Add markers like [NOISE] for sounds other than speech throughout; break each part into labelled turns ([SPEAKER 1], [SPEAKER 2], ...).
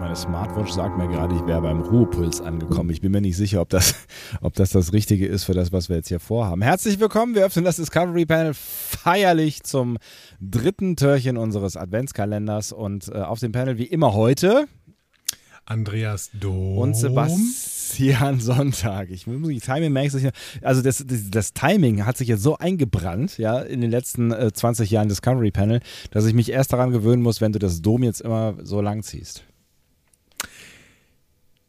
[SPEAKER 1] Meine Smartwatch sagt mir gerade, ich wäre beim Ruhepuls angekommen. Ich bin mir nicht sicher, ob das, ob das das Richtige ist für das, was wir jetzt hier vorhaben. Herzlich willkommen. Wir öffnen das Discovery Panel feierlich zum dritten Törchen unseres Adventskalenders. Und äh, auf dem Panel wie immer heute
[SPEAKER 2] Andreas Dom.
[SPEAKER 1] und Sebastian Sonntag. Ich muss die Timing merkst du, also das, das, das Timing hat sich jetzt so eingebrannt, ja, in den letzten äh, 20 Jahren Discovery Panel, dass ich mich erst daran gewöhnen muss, wenn du das Dom jetzt immer so lang ziehst.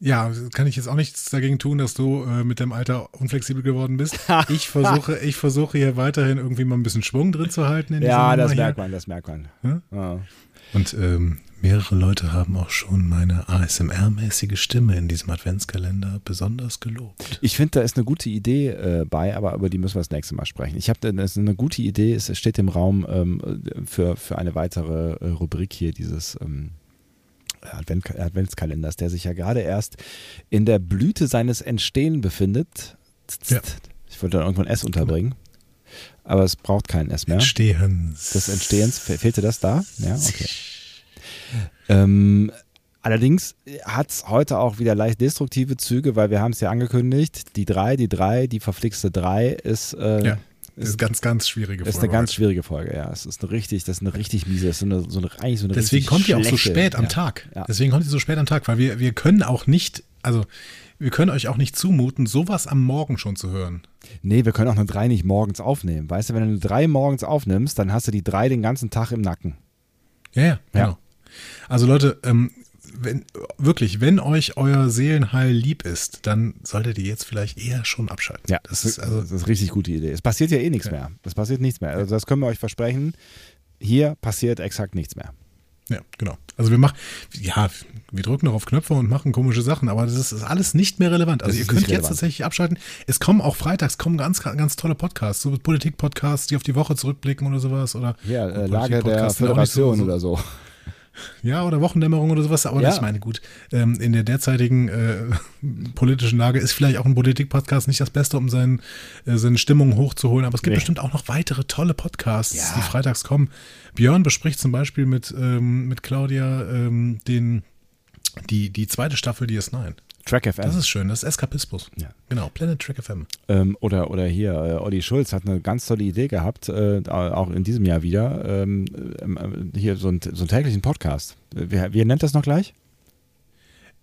[SPEAKER 2] Ja, kann ich jetzt auch nichts dagegen tun, dass du äh, mit deinem Alter unflexibel
[SPEAKER 1] [LAUGHS]
[SPEAKER 2] geworden bist. Ich versuche, ich versuche hier weiterhin irgendwie mal ein bisschen Schwung drin zu halten. In
[SPEAKER 1] Ja,
[SPEAKER 2] diesem
[SPEAKER 1] das
[SPEAKER 2] Nummer
[SPEAKER 1] merkt man, das merkt man.
[SPEAKER 2] Hm?
[SPEAKER 1] Ja.
[SPEAKER 2] hier. Und ähm, mehrere Leute haben auch schon meine ASMR-mäßige Stimme in diesem Adventskalender besonders gelobt.
[SPEAKER 1] Ich finde, da ist eine gute Idee äh, bei, aber über die müssen wir das nächste Mal sprechen. Ich habe, das ist eine gute Idee, es steht im Raum ähm, für, für eine weitere äh, Rubrik hier dieses ähm, Advent, Adventskalenders, der sich ja gerade erst in der Blüte seines Entstehen befindet. Tz,
[SPEAKER 2] Ja.
[SPEAKER 1] tz. Ich wollte dann irgendwann S unterbringen, aber es braucht kein S mehr.
[SPEAKER 2] Entstehens.
[SPEAKER 1] Des Entstehens, fe- fehlte das da? Ja, okay. Ähm, allerdings hat es heute auch wieder leicht destruktive Züge, weil wir haben es ja angekündigt, die 3, die 3, die verflixte 3 ist, äh,
[SPEAKER 2] Ja, das
[SPEAKER 1] ist,
[SPEAKER 2] ist ganz, ganz schwierige
[SPEAKER 1] ist eine
[SPEAKER 2] Folge
[SPEAKER 1] ganz
[SPEAKER 2] heute.
[SPEAKER 1] schwierige Folge, ja. Es ist eine richtig, das ist eine richtig miese, das ist so eine, so eine, eigentlich so eine
[SPEAKER 2] Deswegen
[SPEAKER 1] richtig
[SPEAKER 2] kommt ihr auch so
[SPEAKER 1] schlechte,
[SPEAKER 2] spät am
[SPEAKER 1] ja.
[SPEAKER 2] Tag.
[SPEAKER 1] Ja.
[SPEAKER 2] Deswegen kommt ihr so spät am Tag, weil wir, wir können auch nicht, also wir können euch auch nicht zumuten, sowas am Morgen schon zu hören.
[SPEAKER 1] Nee, wir können auch eine 3 nicht morgens aufnehmen. Weißt du, wenn du eine 3 morgens aufnimmst, dann hast du die 3 den ganzen Tag im Nacken.
[SPEAKER 2] Ja, ja,
[SPEAKER 1] Ja.
[SPEAKER 2] genau. Also Leute, ähm, wenn, wirklich, wenn euch euer Seelenheil lieb ist, dann solltet ihr jetzt vielleicht eher schon abschalten.
[SPEAKER 1] Ja,
[SPEAKER 2] das ist also
[SPEAKER 1] das ist eine richtig gute Idee. Es passiert ja eh nichts mehr. Es passiert nichts mehr. Also das können wir euch versprechen. Hier passiert exakt nichts mehr.
[SPEAKER 2] ja, genau. Also wir machen, ja, wir drücken noch auf Knöpfe und machen komische Sachen, aber das ist, ist alles nicht mehr relevant. Also
[SPEAKER 1] Das
[SPEAKER 2] ihr
[SPEAKER 1] ist
[SPEAKER 2] könnt
[SPEAKER 1] nicht
[SPEAKER 2] jetzt
[SPEAKER 1] relevant.
[SPEAKER 2] tatsächlich abschalten. Es kommen auch freitags kommen ganz, ganz tolle Podcasts, so Politik-Podcasts, die auf die Woche zurückblicken oder sowas oder
[SPEAKER 1] Ja, äh,
[SPEAKER 2] Politik-
[SPEAKER 1] Lage der
[SPEAKER 2] Podcasts sind auch nicht so-
[SPEAKER 1] Föderation
[SPEAKER 2] so-
[SPEAKER 1] oder so.
[SPEAKER 2] Ja, oder Wochendämmerung oder sowas. Aber
[SPEAKER 1] Ja.
[SPEAKER 2] das, ich meine, gut, ähm, in der derzeitigen äh, [LAUGHS] politischen Lage ist vielleicht auch ein Politik-Podcast nicht das Beste, um seinen, äh, seine Stimmung hochzuholen. Aber es gibt
[SPEAKER 1] Nee.
[SPEAKER 2] bestimmt auch noch weitere tolle Podcasts,
[SPEAKER 1] Ja.
[SPEAKER 2] die freitags kommen. Björn bespricht zum Beispiel mit, ähm, mit Claudia ähm, den, die, die zweite Staffel DS9.
[SPEAKER 1] Track FM.
[SPEAKER 2] Das ist schön, das ist Eskapismus.
[SPEAKER 1] Mhm. Ja.
[SPEAKER 2] Genau, Planet Track FM.
[SPEAKER 1] ähm, oder, oder hier, äh, Olli Schulz hat eine ganz tolle Idee gehabt, äh, auch in diesem Jahr wieder. Ähm, ähm, hier so, ein, so einen täglichen Podcast. Wie, wie nennt das noch gleich?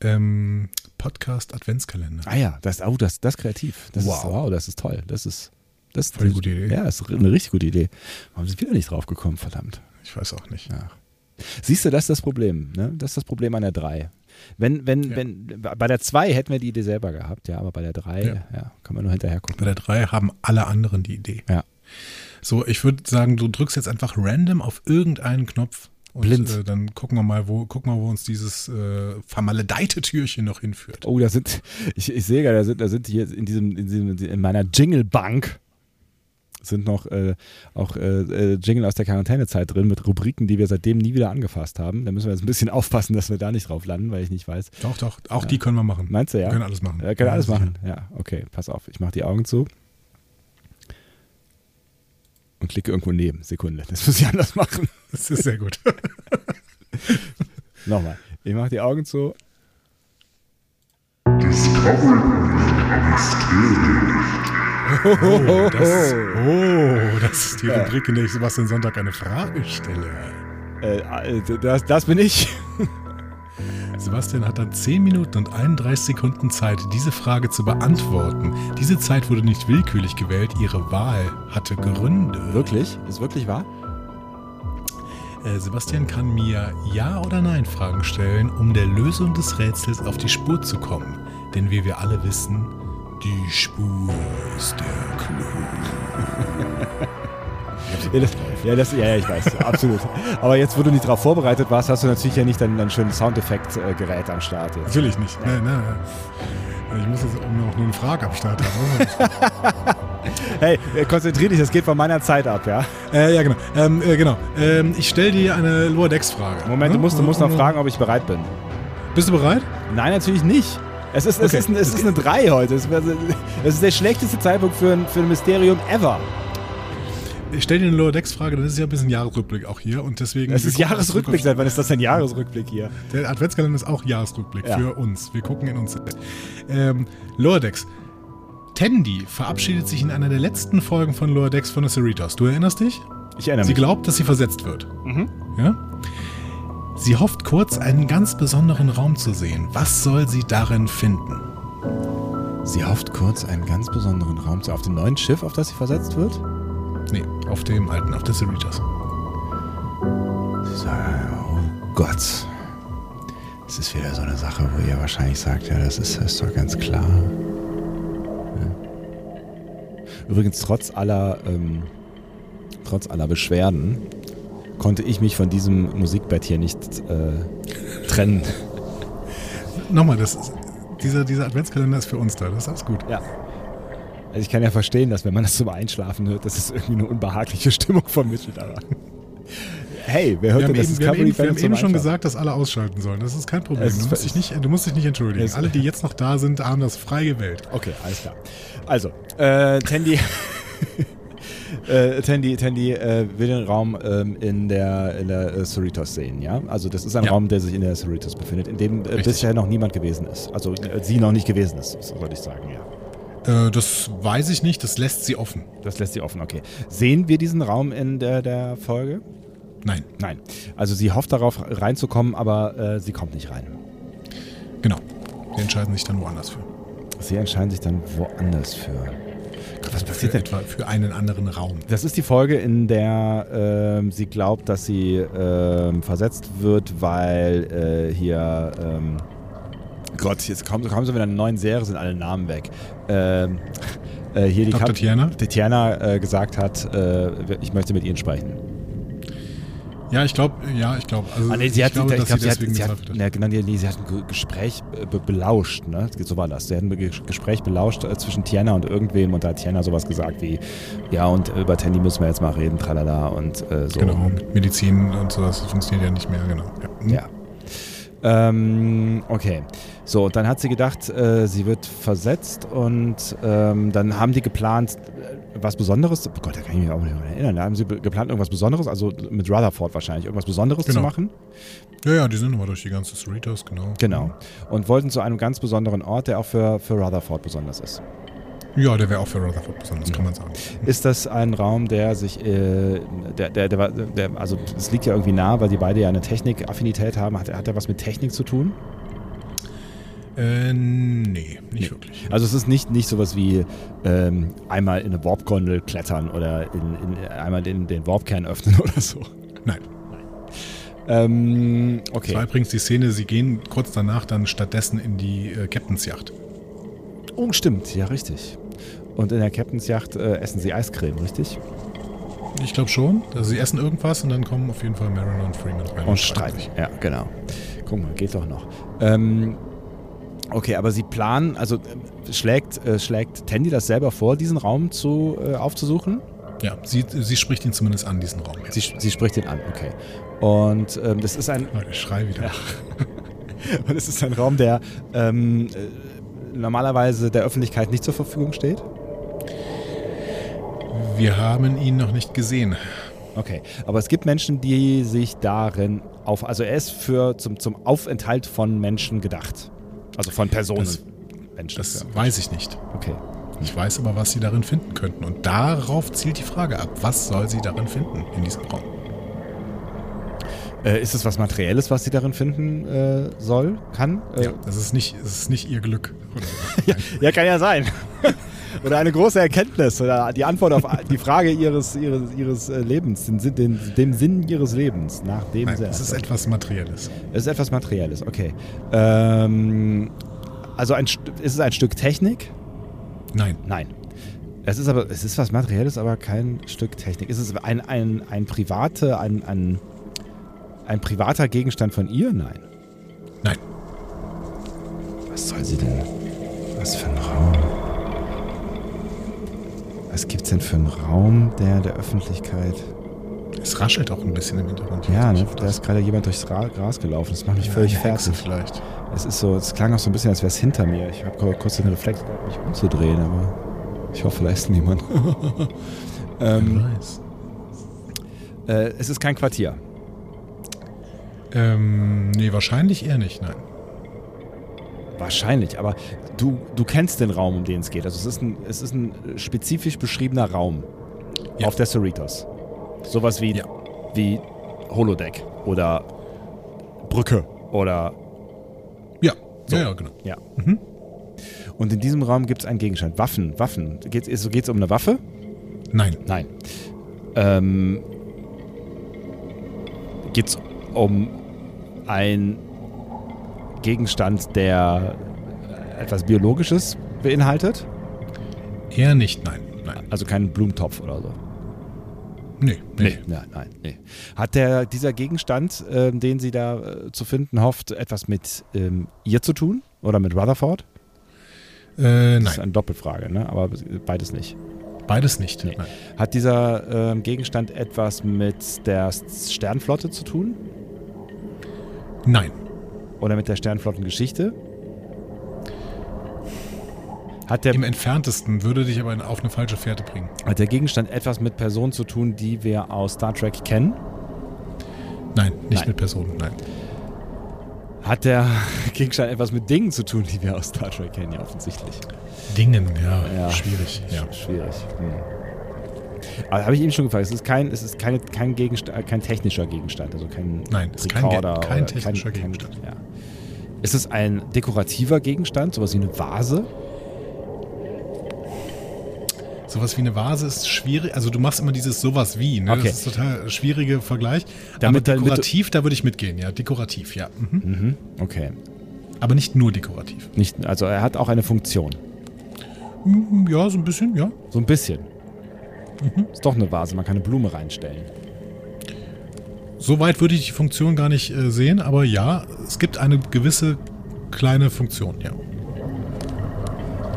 [SPEAKER 2] Ähm, Podcast Adventskalender.
[SPEAKER 1] Ah ja, das, oh, das, das ist kreativ. Das Ist,
[SPEAKER 2] Wow.
[SPEAKER 1] wow, das ist toll. Das ist. Das ist
[SPEAKER 2] Voll gute Idee.
[SPEAKER 1] Ja, das ist eine richtig gute Idee. Warum sind wir da nicht drauf gekommen, verdammt?
[SPEAKER 2] Ich weiß auch nicht.
[SPEAKER 1] Ach. Siehst du, das ist das Problem. Ne? Das ist das Problem an der 3. Wenn, wenn,
[SPEAKER 2] Ja.
[SPEAKER 1] wenn, bei der 2 hätten wir die Idee selber gehabt, ja, aber bei der 3 ja.
[SPEAKER 2] Ja.
[SPEAKER 1] kann man nur hinterher gucken.
[SPEAKER 2] Bei der 3 haben alle anderen die Idee.
[SPEAKER 1] Ja.
[SPEAKER 2] So, ich würde sagen, du drückst jetzt einfach random auf irgendeinen Knopf. Und
[SPEAKER 1] Blind.
[SPEAKER 2] Äh, dann gucken wir mal, wo, gucken wir, wo uns dieses äh, vermaledeite Türchen noch hinführt.
[SPEAKER 1] Oh, da sind, ich, ich sehe gerade, da sind, da sind hier in diesem, in diesem, in meiner Jingle-Bank sind noch äh, auch äh, äh, Jingle aus der Quarantänezeit drin mit Rubriken, die wir seitdem nie wieder angefasst haben. Da müssen wir jetzt ein bisschen [LAUGHS] aufpassen, dass wir da nicht drauf landen, weil ich nicht weiß.
[SPEAKER 2] Doch, doch, auch die können wir machen.
[SPEAKER 1] Meinst du, ja?
[SPEAKER 2] Wir können alles machen.
[SPEAKER 1] Ja, können alles
[SPEAKER 2] sicher.
[SPEAKER 1] machen. Ja, okay, pass auf. Ich mache die Augen zu. Und klicke irgendwo neben. Sekunde. Das muss ich anders machen.
[SPEAKER 2] Das ist sehr
[SPEAKER 1] [LAUGHS]
[SPEAKER 2] gut.
[SPEAKER 1] Nochmal. Ich mache die Augen zu.
[SPEAKER 2] Oh, das, oh, das ist die Rubrik, in der ich Sebastian Sonntag eine Frage stelle.
[SPEAKER 1] Äh, äh, das, das bin ich.
[SPEAKER 2] Sebastian hat dann 10 Minuten und 31 Sekunden Zeit, diese Frage zu beantworten. Diese Zeit wurde nicht willkürlich gewählt, ihre Wahl hatte Gründe.
[SPEAKER 1] Wirklich? Ist wirklich wahr?
[SPEAKER 2] Äh, Sebastian kann mir Ja- oder Nein-Fragen stellen, um der Lösung des Rätsels auf die Spur zu kommen. Denn wie wir alle wissen, die Spur ist der Clou.
[SPEAKER 1] Ja, das, ja, das, ja, ja, ich weiß, [LAUGHS] absolut. Aber jetzt, wo du nicht darauf vorbereitet warst, hast du natürlich ja nicht ein, ein schönes Soundeffekt-Gerät äh, am Start. Jetzt.
[SPEAKER 2] Natürlich nicht. Nein, nein, nein. Ich muss jetzt auch noch eine Frage am Start haben.
[SPEAKER 1] Hey, äh, konzentrier dich, das geht von meiner Zeit ab, ja?
[SPEAKER 2] [LAUGHS] äh, ja, genau. Ähm, äh, genau. Ähm, ich stelle dir eine Lower Decks-Frage.
[SPEAKER 1] Moment, du musst, du musst noch fragen, ob ich bereit bin.
[SPEAKER 2] Äh, Bist du bereit?
[SPEAKER 1] Nein, natürlich nicht. Es ist, es
[SPEAKER 2] Okay.
[SPEAKER 1] ist, ein- es ist eine 3 heute. Es, wäre- es ist der schlechteste Zeitpunkt für ein, für ein Mysterium ever.
[SPEAKER 2] Ich stelle dir eine Lower Decks-Frage, dann ist es ja ein bisschen Jahresrückblick auch hier. Und deswegen.
[SPEAKER 1] Es ist
[SPEAKER 2] wir gucken-
[SPEAKER 1] Jahresrückblick. Seit wann ist das denn Jahresrückblick hier?
[SPEAKER 2] Der Adventskalender ist auch Jahresrückblick
[SPEAKER 1] Ja.
[SPEAKER 2] für uns. Wir gucken in uns. Ähm, Lordex. Tandy verabschiedet sich in einer der letzten Folgen von Lordex von Cerritos. Du erinnerst dich?
[SPEAKER 1] Ich erinnere
[SPEAKER 2] Sie
[SPEAKER 1] mich.
[SPEAKER 2] glaubt, dass sie versetzt wird. Ja? Sie hofft kurz, einen ganz besonderen Raum zu sehen. Was soll sie darin finden?
[SPEAKER 1] Sie hofft kurz einen ganz besonderen Raum zu. Auf dem neuen Schiff, auf das sie versetzt wird?
[SPEAKER 2] Nee, auf dem alten, auf der Cerritos.
[SPEAKER 1] So, oh Gott. Das ist wieder so eine Sache, wo ihr wahrscheinlich sagt, ja, das ist, ist doch ganz klar. Ja. Übrigens, trotz aller, ähm, trotz aller Beschwerden konnte ich mich von diesem Musikbett hier nicht äh, trennen.
[SPEAKER 2] Nochmal, das ist, dieser, dieser Adventskalender ist für uns da. Das ist alles gut.
[SPEAKER 1] Ja. Also ich kann ja verstehen, dass wenn man das zum Einschlafen hört, dass es irgendwie eine unbehagliche Stimmung vermittelt. Aber hey, wer hört
[SPEAKER 2] Wir haben
[SPEAKER 1] denn das
[SPEAKER 2] eben, wir haben eben,
[SPEAKER 1] Discovery-Panel
[SPEAKER 2] wir haben
[SPEAKER 1] zum
[SPEAKER 2] eben schon
[SPEAKER 1] Einschlafen?
[SPEAKER 2] gesagt, dass alle ausschalten sollen. Das ist kein Problem.
[SPEAKER 1] Es
[SPEAKER 2] Du
[SPEAKER 1] ist-
[SPEAKER 2] musst, dich nicht, du musst dich nicht entschuldigen.
[SPEAKER 1] Es- [LAUGHS]
[SPEAKER 2] Alle, die jetzt noch da sind, haben das frei gewählt.
[SPEAKER 1] Okay, alles klar. Also, äh, Tandy, [LAUGHS] äh, Tandy, Tandy äh, will den Raum ähm, in der, in der äh, Cerritos sehen, ja? Also das ist ein
[SPEAKER 2] Ja.
[SPEAKER 1] Raum, der sich in der Cerritos befindet, in dem äh,
[SPEAKER 2] Richtig.
[SPEAKER 1] bisher noch niemand gewesen ist. Also äh, sie noch nicht gewesen ist, so würde ich sagen, ja.
[SPEAKER 2] Äh, das weiß ich nicht. Das lässt sie offen.
[SPEAKER 1] Das lässt sie offen, okay. Sehen wir diesen Raum in der, der Folge?
[SPEAKER 2] Nein,
[SPEAKER 1] Nein. Also sie hofft darauf reinzukommen, aber äh, sie kommt nicht rein.
[SPEAKER 2] genau. Die entscheiden sich dann woanders für.
[SPEAKER 1] Sie entscheiden sich dann woanders für. Was passiert
[SPEAKER 2] für
[SPEAKER 1] denn?
[SPEAKER 2] etwa für einen anderen Raum.
[SPEAKER 1] Das ist die Folge, in der ähm, sie glaubt, dass sie ähm, versetzt wird, weil äh, hier. Ähm, Gott, jetzt kommen, kommen sie mit einer neuen Serie, sind alle Namen weg. Ähm, äh, hier die
[SPEAKER 2] Dr.
[SPEAKER 1] Kap-
[SPEAKER 2] Tiana?
[SPEAKER 1] Tatiana äh, gesagt hat, äh, ich möchte mit ihnen sprechen.
[SPEAKER 2] Ja, ich glaube, ja, ich glaube. Also,
[SPEAKER 1] Ah, nee, sie
[SPEAKER 2] ich
[SPEAKER 1] hat,
[SPEAKER 2] glaube,
[SPEAKER 1] ich
[SPEAKER 2] dass
[SPEAKER 1] glaub,
[SPEAKER 2] sie
[SPEAKER 1] sie hat,
[SPEAKER 2] deswegen
[SPEAKER 1] sie hat,
[SPEAKER 2] gezweifelt hat.
[SPEAKER 1] na, genau, nee, nee, sie hat ein Ge- Gespräch äh, be belauscht, ne? So war das. Sie hat ein Ge- Gespräch belauscht äh, zwischen Tiana und irgendwem und da hat Tiana sowas gesagt wie, ja, und äh, über Tandy müssen wir jetzt mal reden, tralala und äh, so.
[SPEAKER 2] Genau, mit Medizin und sowas das funktioniert ja nicht mehr, genau. Ja.
[SPEAKER 1] Ja. Ähm, okay. So, und dann hat sie gedacht, äh, sie wird versetzt und ähm, dann haben die geplant, äh, was Besonderes. Oh Gott, da kann ich mich auch nicht mehr erinnern. Da haben sie be- geplant, irgendwas Besonderes, also mit Rutherford wahrscheinlich, irgendwas Besonderes zu
[SPEAKER 2] Genau.
[SPEAKER 1] machen.
[SPEAKER 2] ja, ja, die sind nochmal durch die ganze Cerritos, genau.
[SPEAKER 1] Genau. Und wollten zu einem ganz besonderen Ort, der auch für, für Rutherford besonders ist.
[SPEAKER 2] Ja, der wäre auch für Rutherford besonders, kann man sagen.
[SPEAKER 1] Ist das ein Raum, der sich, äh, der, der, der, der, also es liegt ja irgendwie nah, weil die beide ja eine Technikaffinität haben. Hat, hat er was mit Technik zu tun?
[SPEAKER 2] Äh, nee, nicht wirklich.
[SPEAKER 1] Also es ist nicht, nicht sowas wie ähm, einmal in eine Warp-Gondel klettern oder in, in, einmal den, den Warp-Kern öffnen [LAUGHS] oder so.
[SPEAKER 2] Nein.
[SPEAKER 1] Ähm,
[SPEAKER 2] Es war
[SPEAKER 1] okay.
[SPEAKER 2] übrigens die Szene, sie gehen kurz danach dann stattdessen in die äh, Captain's Yacht.
[SPEAKER 1] Oh, stimmt. Ja, richtig. Und in der Captain's Yacht äh, essen sie Eiscreme, richtig?
[SPEAKER 2] Ich glaube schon. Also sie essen irgendwas und dann kommen auf jeden Fall Mariner und Freeman rein.
[SPEAKER 1] Und streiten.
[SPEAKER 2] sich.
[SPEAKER 1] Ja, genau. Guck mal, geht doch noch. Ähm, okay, aber sie planen, also äh, schlägt, äh, schlägt Tandy das selber vor, diesen Raum zu, äh, aufzusuchen?
[SPEAKER 2] Ja, sie, sie spricht ihn zumindest an, diesen Raum. Ja.
[SPEAKER 1] Sie, sie spricht ihn an, okay. Und ähm, das ist ein,
[SPEAKER 2] Ah, der Schrei wieder.
[SPEAKER 1] Und es ist ein Raum, der ähm, äh, normalerweise der Öffentlichkeit nicht zur Verfügung steht.
[SPEAKER 2] Wir haben ihn noch nicht gesehen.
[SPEAKER 1] Okay, aber es gibt Menschen, die sich darin auf, also er ist für zum, zum Aufenthalt von Menschen gedacht, also von Personen.
[SPEAKER 2] Das-
[SPEAKER 1] Menschen.
[SPEAKER 2] Das
[SPEAKER 1] ja.
[SPEAKER 2] weiß ich nicht.
[SPEAKER 1] Okay.
[SPEAKER 2] Ich weiß aber, was sie darin finden könnten. Und darauf zielt die Frage ab. Was soll sie darin finden in diesem Raum?
[SPEAKER 1] Äh, ist es was Materielles, was sie darin finden äh, soll, kann? Äh,
[SPEAKER 2] Ja, das ist nicht, es ist nicht ihr Glück. Oder
[SPEAKER 1] [LAUGHS]
[SPEAKER 2] so.
[SPEAKER 1] ja, kann ja sein. [LAUGHS] Oder eine große Erkenntnis oder die Antwort auf die Frage ihres, ihres, ihres äh, Lebens, den, Sinn- den, dem Sinn ihres Lebens, nach dem
[SPEAKER 2] Nein,
[SPEAKER 1] Sinn.
[SPEAKER 2] es ist etwas Materielles.
[SPEAKER 1] Es ist etwas Materielles, okay. Ähm, also ein, St- ist es ein Stück Technik?
[SPEAKER 2] Nein,
[SPEAKER 1] Nein. Es ist aber, es ist was Materielles, aber kein Stück Technik. Ist es ein, ein, ein private, ein, ein, ein privater Gegenstand von ihr? Nein.
[SPEAKER 2] Nein.
[SPEAKER 1] Was soll sie denn? Was für ein Raum? Was gibt's denn für einen Raum, der der Öffentlichkeit?
[SPEAKER 2] Es raschelt auch ein bisschen im Hintergrund.
[SPEAKER 1] Ja, ne? Da ist gerade jemand durchs Ra Gras gelaufen. Das macht mich völlig
[SPEAKER 2] Eine Hexe
[SPEAKER 1] fertig.
[SPEAKER 2] vielleicht.
[SPEAKER 1] Es ist so, es klang auch so ein bisschen, als wäre es hinter mir. Ich habe kurz den Reflex gehabt, mich umzudrehen, aber ich hoffe, da ist niemand. [LAUGHS] ähm,
[SPEAKER 2] Wer weiß.
[SPEAKER 1] äh, es ist kein Quartier.
[SPEAKER 2] Ähm, nee, wahrscheinlich eher nicht, nein.
[SPEAKER 1] Wahrscheinlich, aber du, du kennst den Raum, um den es geht. Also es ist ein, es ist ein spezifisch beschriebener Raum
[SPEAKER 2] Ja.
[SPEAKER 1] auf der Cerritos. Sowas wie,
[SPEAKER 2] Ja.
[SPEAKER 1] wie Holodeck oder Brücke oder
[SPEAKER 2] Ja, ja, ja, genau.
[SPEAKER 1] ja. Und in diesem Raum gibt es einen Gegenstand. Waffen, Waffen. Geht es geht's um eine Waffe?
[SPEAKER 2] Nein,
[SPEAKER 1] Nein. Ähm, Geht es um einen Gegenstand, der äh, etwas Biologisches beinhaltet?
[SPEAKER 2] eher nicht, nein, nein.
[SPEAKER 1] Also keinen Blumentopf oder so?
[SPEAKER 2] Nee, nee.
[SPEAKER 1] Nein, nein, nee. Hat der, dieser Gegenstand, ähm, den sie da äh, zu finden hofft, etwas mit ähm, ihr zu tun? Oder mit Rutherford?
[SPEAKER 2] Äh,
[SPEAKER 1] Das ist
[SPEAKER 2] nein,
[SPEAKER 1] eine Doppelfrage, ne? aber beides nicht.
[SPEAKER 2] beides nicht.
[SPEAKER 1] Nee.
[SPEAKER 2] Nein.
[SPEAKER 1] Hat dieser ähm, Gegenstand etwas mit der S- Sternflotte zu tun?
[SPEAKER 2] nein,
[SPEAKER 1] Oder mit der Sternflottengeschichte? Hat der,
[SPEAKER 2] im entferntesten würde dich aber in- auf eine falsche Fährte bringen.
[SPEAKER 1] hat der Gegenstand etwas mit Personen zu tun, die wir aus Star Trek kennen?
[SPEAKER 2] Nein, nicht
[SPEAKER 1] Nein.
[SPEAKER 2] mit Personen, nein.
[SPEAKER 1] Hat der [LAUGHS] Gegenstand etwas mit Dingen zu tun, die wir aus Star Trek kennen? Ja, offensichtlich.
[SPEAKER 2] Dingen, ja,
[SPEAKER 1] Ja.
[SPEAKER 2] schwierig. Ja.
[SPEAKER 1] Schwierig. hm. Aber habe ich eben schon gefragt, es ist kein, es ist keine, kein, Gegenstand, äh, kein technischer Gegenstand, also kein
[SPEAKER 2] Nein, es ist kein Ge-
[SPEAKER 1] Recorder
[SPEAKER 2] kein
[SPEAKER 1] oder
[SPEAKER 2] technischer Gegenstand.
[SPEAKER 1] ja. Ist es ein dekorativer Gegenstand, sowas wie eine Vase?
[SPEAKER 2] Sowas wie eine Vase ist schwierig. Also du machst immer dieses sowas wie, ne?
[SPEAKER 1] Okay.
[SPEAKER 2] Das ist total schwierige Vergleich.
[SPEAKER 1] Damit-
[SPEAKER 2] aber
[SPEAKER 1] damit-
[SPEAKER 2] dekorativ, da würde ich mitgehen, ja. Dekorativ, ja. Mhm.
[SPEAKER 1] Okay.
[SPEAKER 2] Aber nicht nur dekorativ.
[SPEAKER 1] Nicht, also er hat auch eine Funktion.
[SPEAKER 2] Mhm, Ja, so ein bisschen, ja.
[SPEAKER 1] So ein bisschen. Ist doch eine Vase, man kann eine Blume reinstellen.
[SPEAKER 2] Soweit würde ich die Funktion gar nicht äh, sehen, aber ja, es gibt eine gewisse kleine Funktion, ja.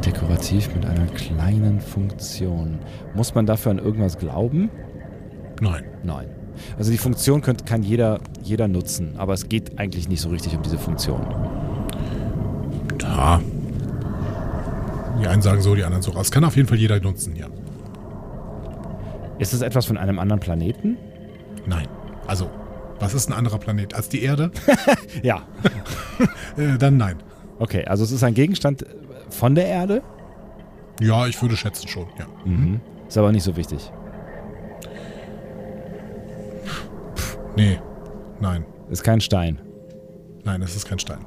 [SPEAKER 1] Dekorativ mit einer kleinen Funktion. Muss man dafür an irgendwas glauben?
[SPEAKER 2] Nein.
[SPEAKER 1] Nein. Also die Funktion könnt, kann jeder, jeder nutzen, aber es geht eigentlich nicht so richtig um diese Funktion.
[SPEAKER 2] Ja. Die einen sagen so, die anderen so. Es kann auf jeden Fall jeder nutzen, ja.
[SPEAKER 1] Ist es etwas von einem anderen Planeten?
[SPEAKER 2] Nein. Also, was ist ein anderer Planet als
[SPEAKER 1] [LAUGHS]
[SPEAKER 2] die Erde?
[SPEAKER 1] Ja.
[SPEAKER 2] äh, dann nein.
[SPEAKER 1] Okay, also es ist ein Gegenstand von der Erde,
[SPEAKER 2] Ja, ich würde schätzen schon, ja.
[SPEAKER 1] ist aber nicht so wichtig.
[SPEAKER 2] Nee. Nein.
[SPEAKER 1] Ist kein Stein.
[SPEAKER 2] Nein, es ist kein Stein.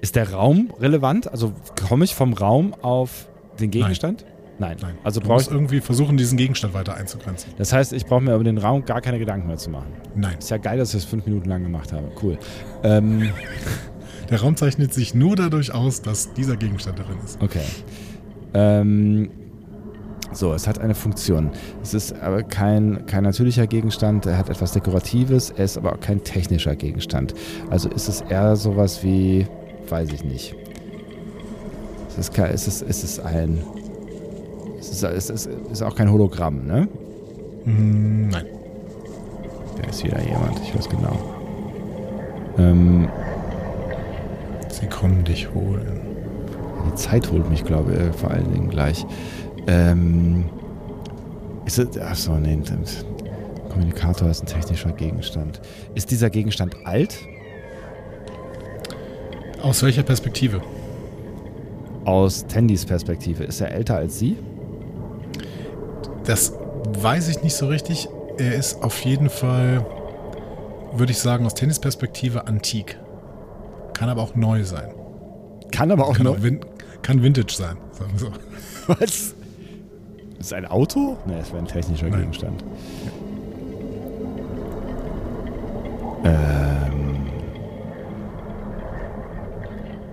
[SPEAKER 1] Ist der Raum relevant? Also komme ich vom Raum auf den Gegenstand? Nein.
[SPEAKER 2] Nein.
[SPEAKER 1] Also
[SPEAKER 2] du
[SPEAKER 1] brauche
[SPEAKER 2] musst
[SPEAKER 1] ich.
[SPEAKER 2] irgendwie versuchen, diesen Gegenstand weiter einzugrenzen.
[SPEAKER 1] Das heißt, ich brauche mir über den Raum gar keine Gedanken mehr zu machen.
[SPEAKER 2] Nein.
[SPEAKER 1] Ist ja geil, dass ich das fünf Minuten lang gemacht habe. Cool. Ähm,
[SPEAKER 2] Der Raum zeichnet sich nur dadurch aus, dass dieser Gegenstand darin ist.
[SPEAKER 1] okay. Ähm, so, es hat eine Funktion. Es ist aber kein, kein natürlicher Gegenstand, er hat etwas Dekoratives, er ist aber auch kein technischer Gegenstand. Also ist es eher sowas wie, weiß ich nicht. Es ist, kein, es ist, es ist ein. Es ist, es ist, es ist auch kein Hologramm, ne?
[SPEAKER 2] Mm, Nein.
[SPEAKER 1] Da ist wieder jemand, ich weiß genau. Ähm,
[SPEAKER 2] Sie kommen dich holen.
[SPEAKER 1] die Zeit holt mich, glaube ich, äh, vor allen Dingen gleich. Ähm, ist es. Achso, nee. das- Kommunikator ist ein technischer Gegenstand. Ist dieser Gegenstand alt?
[SPEAKER 2] Aus welcher Perspektive?
[SPEAKER 1] Aus Tandys Perspektive. Ist er älter als sie?
[SPEAKER 2] Das weiß ich nicht so richtig. Er ist auf jeden Fall, würde ich sagen, aus Tennisperspektive antik. Kann aber auch neu sein.
[SPEAKER 1] Kann aber
[SPEAKER 2] Kann, auch vin kann Vintage sein. Sagen wir so.
[SPEAKER 1] [LAUGHS] Was? Ist ein Auto? Ne, es wäre ein technischer
[SPEAKER 2] Nein.
[SPEAKER 1] Gegenstand. Ähm.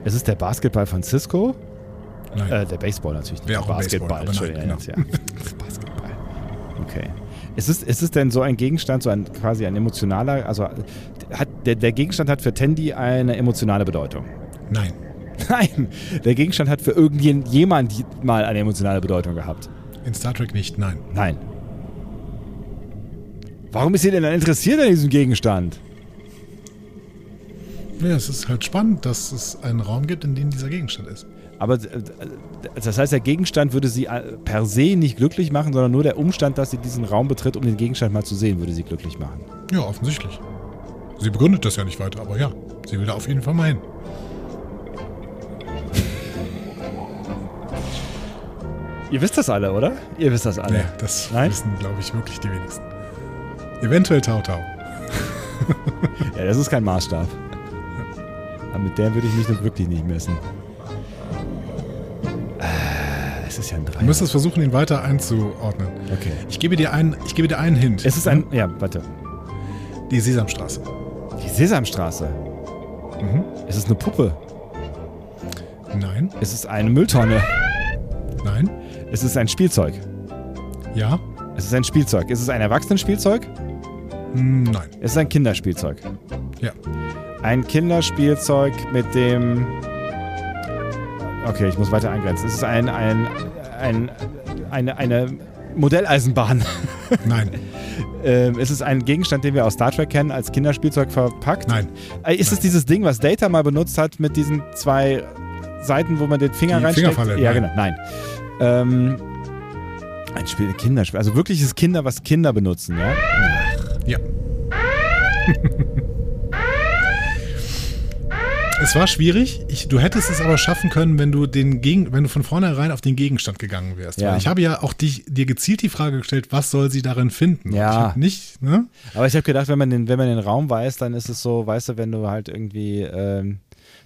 [SPEAKER 1] Es ist der Basketball von Cisco?
[SPEAKER 2] Nein.
[SPEAKER 1] Äh, der Baseball natürlich nicht.
[SPEAKER 2] Wäre
[SPEAKER 1] der
[SPEAKER 2] auch ein Baseball,
[SPEAKER 1] Basketball,
[SPEAKER 2] aber nein,
[SPEAKER 1] Entschuldigung.
[SPEAKER 2] genau.
[SPEAKER 1] ja. [LAUGHS] Basketball. Okay. Ist es, ist es denn so ein Gegenstand, so ein quasi ein emotionaler, also hat der, der Gegenstand hat für Tandy eine emotionale Bedeutung? [LAUGHS]
[SPEAKER 2] Nein.
[SPEAKER 1] Nein, der Gegenstand hat für irgendjemand jemand mal eine emotionale Bedeutung gehabt.
[SPEAKER 2] In Star Trek nicht, nein.
[SPEAKER 1] Nein. Warum ist ihr denn dann interessiert an diesem Gegenstand?
[SPEAKER 2] Ja, es ist halt spannend, dass es einen Raum gibt, in dem dieser Gegenstand ist.
[SPEAKER 1] Aber äh, das heißt, der Gegenstand würde sie äh, per se nicht glücklich machen, sondern nur der Umstand, dass sie diesen Raum betritt, um den Gegenstand mal zu sehen, würde sie glücklich machen.
[SPEAKER 2] Ja, offensichtlich. Sie begründet das ja nicht weiter, aber ja, sie will da auf jeden Fall mal hin.
[SPEAKER 1] Ihr wisst das alle, oder? Ihr wisst das alle.
[SPEAKER 2] Nee, das
[SPEAKER 1] Nein?
[SPEAKER 2] wissen, glaube ich, wirklich die wenigsten. Eventuell Tautau.
[SPEAKER 1] Ja, das ist kein Maßstab. Aber mit der würde ich mich dann wirklich nicht messen. Äh, Es ist ja ein Dreier.
[SPEAKER 2] Du müsstest versuchen, ihn weiter einzuordnen.
[SPEAKER 1] Okay.
[SPEAKER 2] Ich gebe dir einen, ich gebe dir einen Hint.
[SPEAKER 1] Es ist ein. Ja, warte.
[SPEAKER 2] die Sesamstraße.
[SPEAKER 1] Die Sesamstraße.
[SPEAKER 2] Mhm.
[SPEAKER 1] Es ist eine Puppe.
[SPEAKER 2] Nein,
[SPEAKER 1] Es ist eine Mülltonne.
[SPEAKER 2] nein,
[SPEAKER 1] Es ist ein Spielzeug.
[SPEAKER 2] ja,
[SPEAKER 1] Es ist ein Spielzeug. Es ist ein Erwachsenenspielzeug.
[SPEAKER 2] mm, nein,
[SPEAKER 1] Es ist ein Kinderspielzeug.
[SPEAKER 2] ja. [LAUGHS]
[SPEAKER 1] Ein Kinderspielzeug mit dem. Okay, ich muss weiter eingrenzen. Es ist ein. ein, ein eine, eine Modelleisenbahn. [LAUGHS]
[SPEAKER 2] Nein,
[SPEAKER 1] Ähm, es ist ein Gegenstand, den wir aus Star Trek kennen, als Kinderspielzeug verpackt.
[SPEAKER 2] nein.
[SPEAKER 1] Äh, ist es dieses Ding, was Data mal benutzt hat mit diesen zwei Seiten, wo man den Finger
[SPEAKER 2] Die
[SPEAKER 1] reinsteckt?
[SPEAKER 2] Fingerfalle,
[SPEAKER 1] ja,
[SPEAKER 2] nein.
[SPEAKER 1] genau. Nein. Ähm, ein Spiel, ein Kinderspiel. Also wirkliches Kinder, was Kinder benutzen, ja?
[SPEAKER 2] Ja. [LAUGHS] es war schwierig. Ich, du hättest es aber schaffen können, wenn du den Gegen, wenn du von vornherein auf den Gegenstand gegangen wärst.
[SPEAKER 1] Ja.
[SPEAKER 2] Weil ich habe ja auch dich, dir gezielt die Frage gestellt, was soll sie darin finden?
[SPEAKER 1] Ja.
[SPEAKER 2] Ich habe nicht, ne?
[SPEAKER 1] Aber ich habe gedacht, wenn man, den, wenn man den Raum weiß, dann ist es so, weißt du, wenn du halt irgendwie ähm,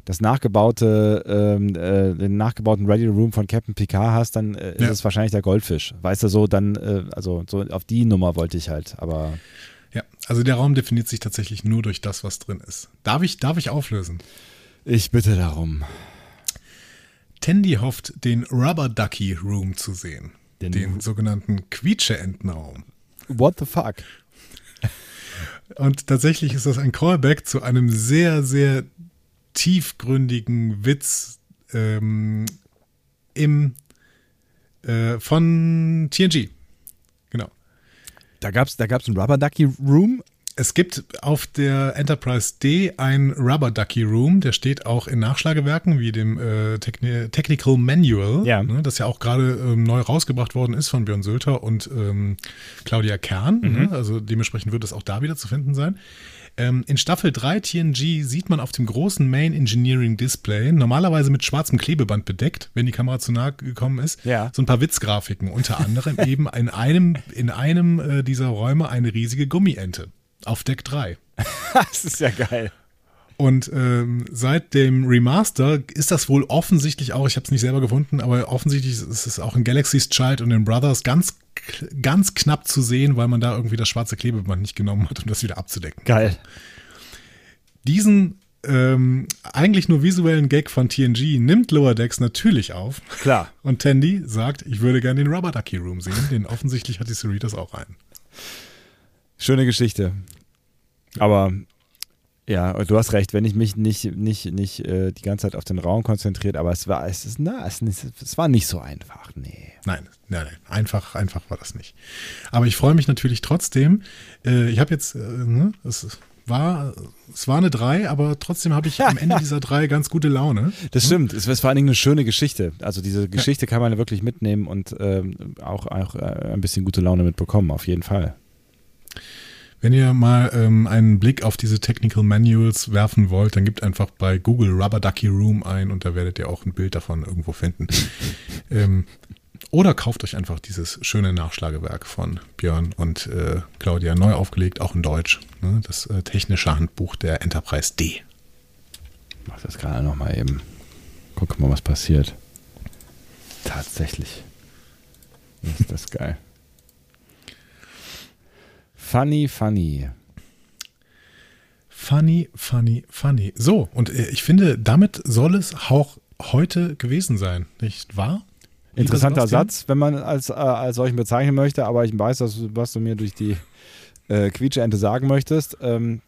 [SPEAKER 1] das nachgebaute, ähm, äh, den nachgebauten Ready Room von Captain Picard hast, dann äh, ist
[SPEAKER 2] Ja.
[SPEAKER 1] es wahrscheinlich der Goldfisch. Weißt du, so dann, äh, also so auf die Nummer wollte ich halt, aber.
[SPEAKER 2] Ja. Also der Raum definiert sich tatsächlich nur durch das, was drin ist. Darf ich, darf ich auflösen?
[SPEAKER 1] Ich bitte darum.
[SPEAKER 2] Tandy hofft, den Rubber Ducky Room zu sehen.
[SPEAKER 1] Den-
[SPEAKER 2] Den, sogenannten Quietscheentenraum.
[SPEAKER 1] What the fuck?
[SPEAKER 2] Und tatsächlich ist das ein Callback zu einem sehr, sehr tiefgründigen Witz ähm, im, äh, von TNG. Genau.
[SPEAKER 1] Da gab es da gab's einen Rubber Ducky Room.
[SPEAKER 2] Es gibt auf der Enterprise D ein Rubber Ducky Room, der steht auch in Nachschlagewerken wie dem äh, Techni Technical Manual,
[SPEAKER 1] Ja.
[SPEAKER 2] ne, das ja auch gerade ähm, neu rausgebracht worden ist von Björn Sülter und ähm, Claudia Kern. Ne, also dementsprechend wird es auch da wieder zu finden sein. Ähm, in Staffel 3 TNG sieht man auf dem großen Main Engineering Display, normalerweise mit schwarzem Klebeband bedeckt, wenn die Kamera zu nahe gekommen ist,
[SPEAKER 1] Ja.
[SPEAKER 2] so ein paar Witzgrafiken. Unter anderem eben in einem, in einem äh, dieser Räume eine riesige Gummiente auf Deck 3.
[SPEAKER 1] [LAUGHS] das ist ja geil.
[SPEAKER 2] Und ähm, seit dem Remaster ist das wohl offensichtlich auch, ich habe es nicht selber gefunden, aber offensichtlich ist es auch in Galaxy's Child und in Brothers ganz, k- ganz knapp zu sehen, weil man da irgendwie das schwarze Klebeband nicht genommen hat, um das wieder abzudecken.
[SPEAKER 1] Geil.
[SPEAKER 2] Diesen ähm, eigentlich nur visuellen Gag von TNG nimmt Lower Decks natürlich auf.
[SPEAKER 1] Klar.
[SPEAKER 2] Und Tandy sagt, ich würde gerne den Rubber Ducky Room sehen, den offensichtlich hat die Cerritos auch einen.
[SPEAKER 1] Schöne Geschichte. Aber ja, und du hast recht, wenn ich mich nicht, nicht, nicht äh, die ganze Zeit auf den Raum konzentriert, aber es war, es ist, na, es, ist- es war nicht so einfach. Nee.
[SPEAKER 2] Nein, nein, nein. Einfach, einfach war das nicht. Aber ich freue mich natürlich trotzdem. Äh, ich habe jetzt, äh, ne, es war, es war eine 3, aber trotzdem habe ich am Ende dieser 3 ganz gute Laune.
[SPEAKER 1] Das stimmt. Es ist vor allen Dingen eine schöne Geschichte. Also diese Geschichte kann man wirklich mitnehmen und ähm, auch, auch äh, ein bisschen gute Laune mitbekommen, auf jeden Fall.
[SPEAKER 2] Wenn ihr mal ähm, einen Blick auf diese Technical Manuals werfen wollt, dann gebt einfach bei Google Rubber Ducky Room ein und da werdet ihr auch ein Bild davon irgendwo finden. ähm, oder kauft euch einfach dieses schöne Nachschlagewerk von Björn und äh, Claudia neu aufgelegt, auch in Deutsch. Ne? Das äh, technische Handbuch der Enterprise D.
[SPEAKER 1] Ich mach das gerade nochmal eben. Guck mal, was passiert. Tatsächlich. Ist das geil. [LAUGHS] Funny, funny.
[SPEAKER 2] Funny, funny, funny. So, und äh, ich finde, damit soll es auch heute gewesen sein, nicht wahr?
[SPEAKER 1] Interessanter
[SPEAKER 2] Sebastian?
[SPEAKER 1] Satz, wenn man als, äh, als solchen bezeichnen möchte, aber ich weiß, dass, du- was du mir durch die äh, Quietscheente sagen möchtest. Ähm,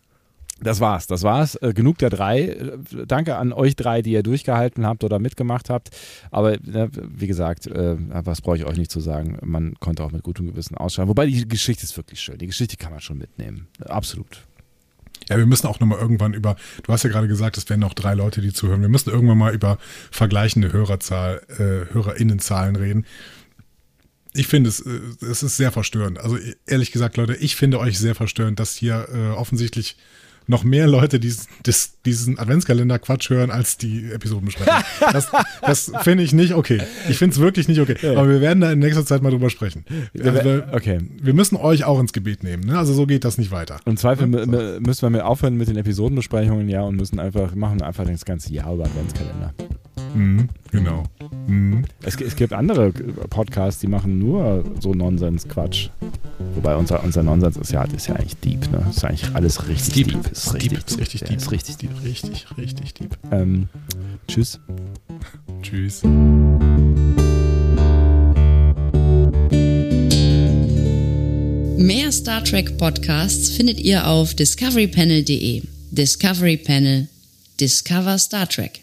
[SPEAKER 1] das war's, das war's. Äh, genug der drei. Äh, Danke an euch drei, die ihr durchgehalten habt oder mitgemacht habt. Aber ne, wie gesagt, äh, was brauche ich euch nicht zu sagen. Man konnte auch mit gutem Gewissen ausschalten. Wobei die Geschichte ist wirklich schön. Die Geschichte kann man schon mitnehmen. Absolut.
[SPEAKER 2] Ja, wir müssen auch nochmal irgendwann über, du hast ja gerade gesagt, es wären noch drei Leute, die zuhören. Wir müssen irgendwann mal über vergleichende Hörerzahl, äh, HörerInnenzahlen reden. Ich finde es, äh, es ist sehr verstörend. Also e- ehrlich gesagt, Leute, ich finde euch sehr verstörend, dass hier äh, offensichtlich noch mehr Leute diesen, dis- diesen Adventskalender-Quatsch hören, als die Episoden besprechen. Das, das finde ich nicht okay. Ich finde es wirklich nicht okay. Aber wir werden da in nächster Zeit mal drüber sprechen. Also wir,
[SPEAKER 1] Okay.
[SPEAKER 2] wir müssen euch auch ins Gebet nehmen. Ne? Also so geht das nicht weiter.
[SPEAKER 1] Im Zweifel mü- mü- müssen wir mir aufhören mit den Episodenbesprechungen, ja, und müssen einfach, machen einfach das ganze Jahr über Adventskalender.
[SPEAKER 2] Mhm, genau. Mhm.
[SPEAKER 1] Es, es gibt andere Podcasts, die machen nur so Nonsens-Quatsch. Wobei unser, unser Nonsens ist ja, ist ja eigentlich deep, ne? Ist eigentlich alles richtig deep. Ist richtig
[SPEAKER 2] Ist richtig
[SPEAKER 1] Ja,
[SPEAKER 2] deep.
[SPEAKER 1] Ist richtig deep.
[SPEAKER 2] Richtig, richtig deep.
[SPEAKER 1] Ähm, tschüss.
[SPEAKER 2] Tschüss.
[SPEAKER 3] Mehr Star Trek Podcasts findet ihr auf discoverypanel.de. Discovery Panel. Discover Star Trek.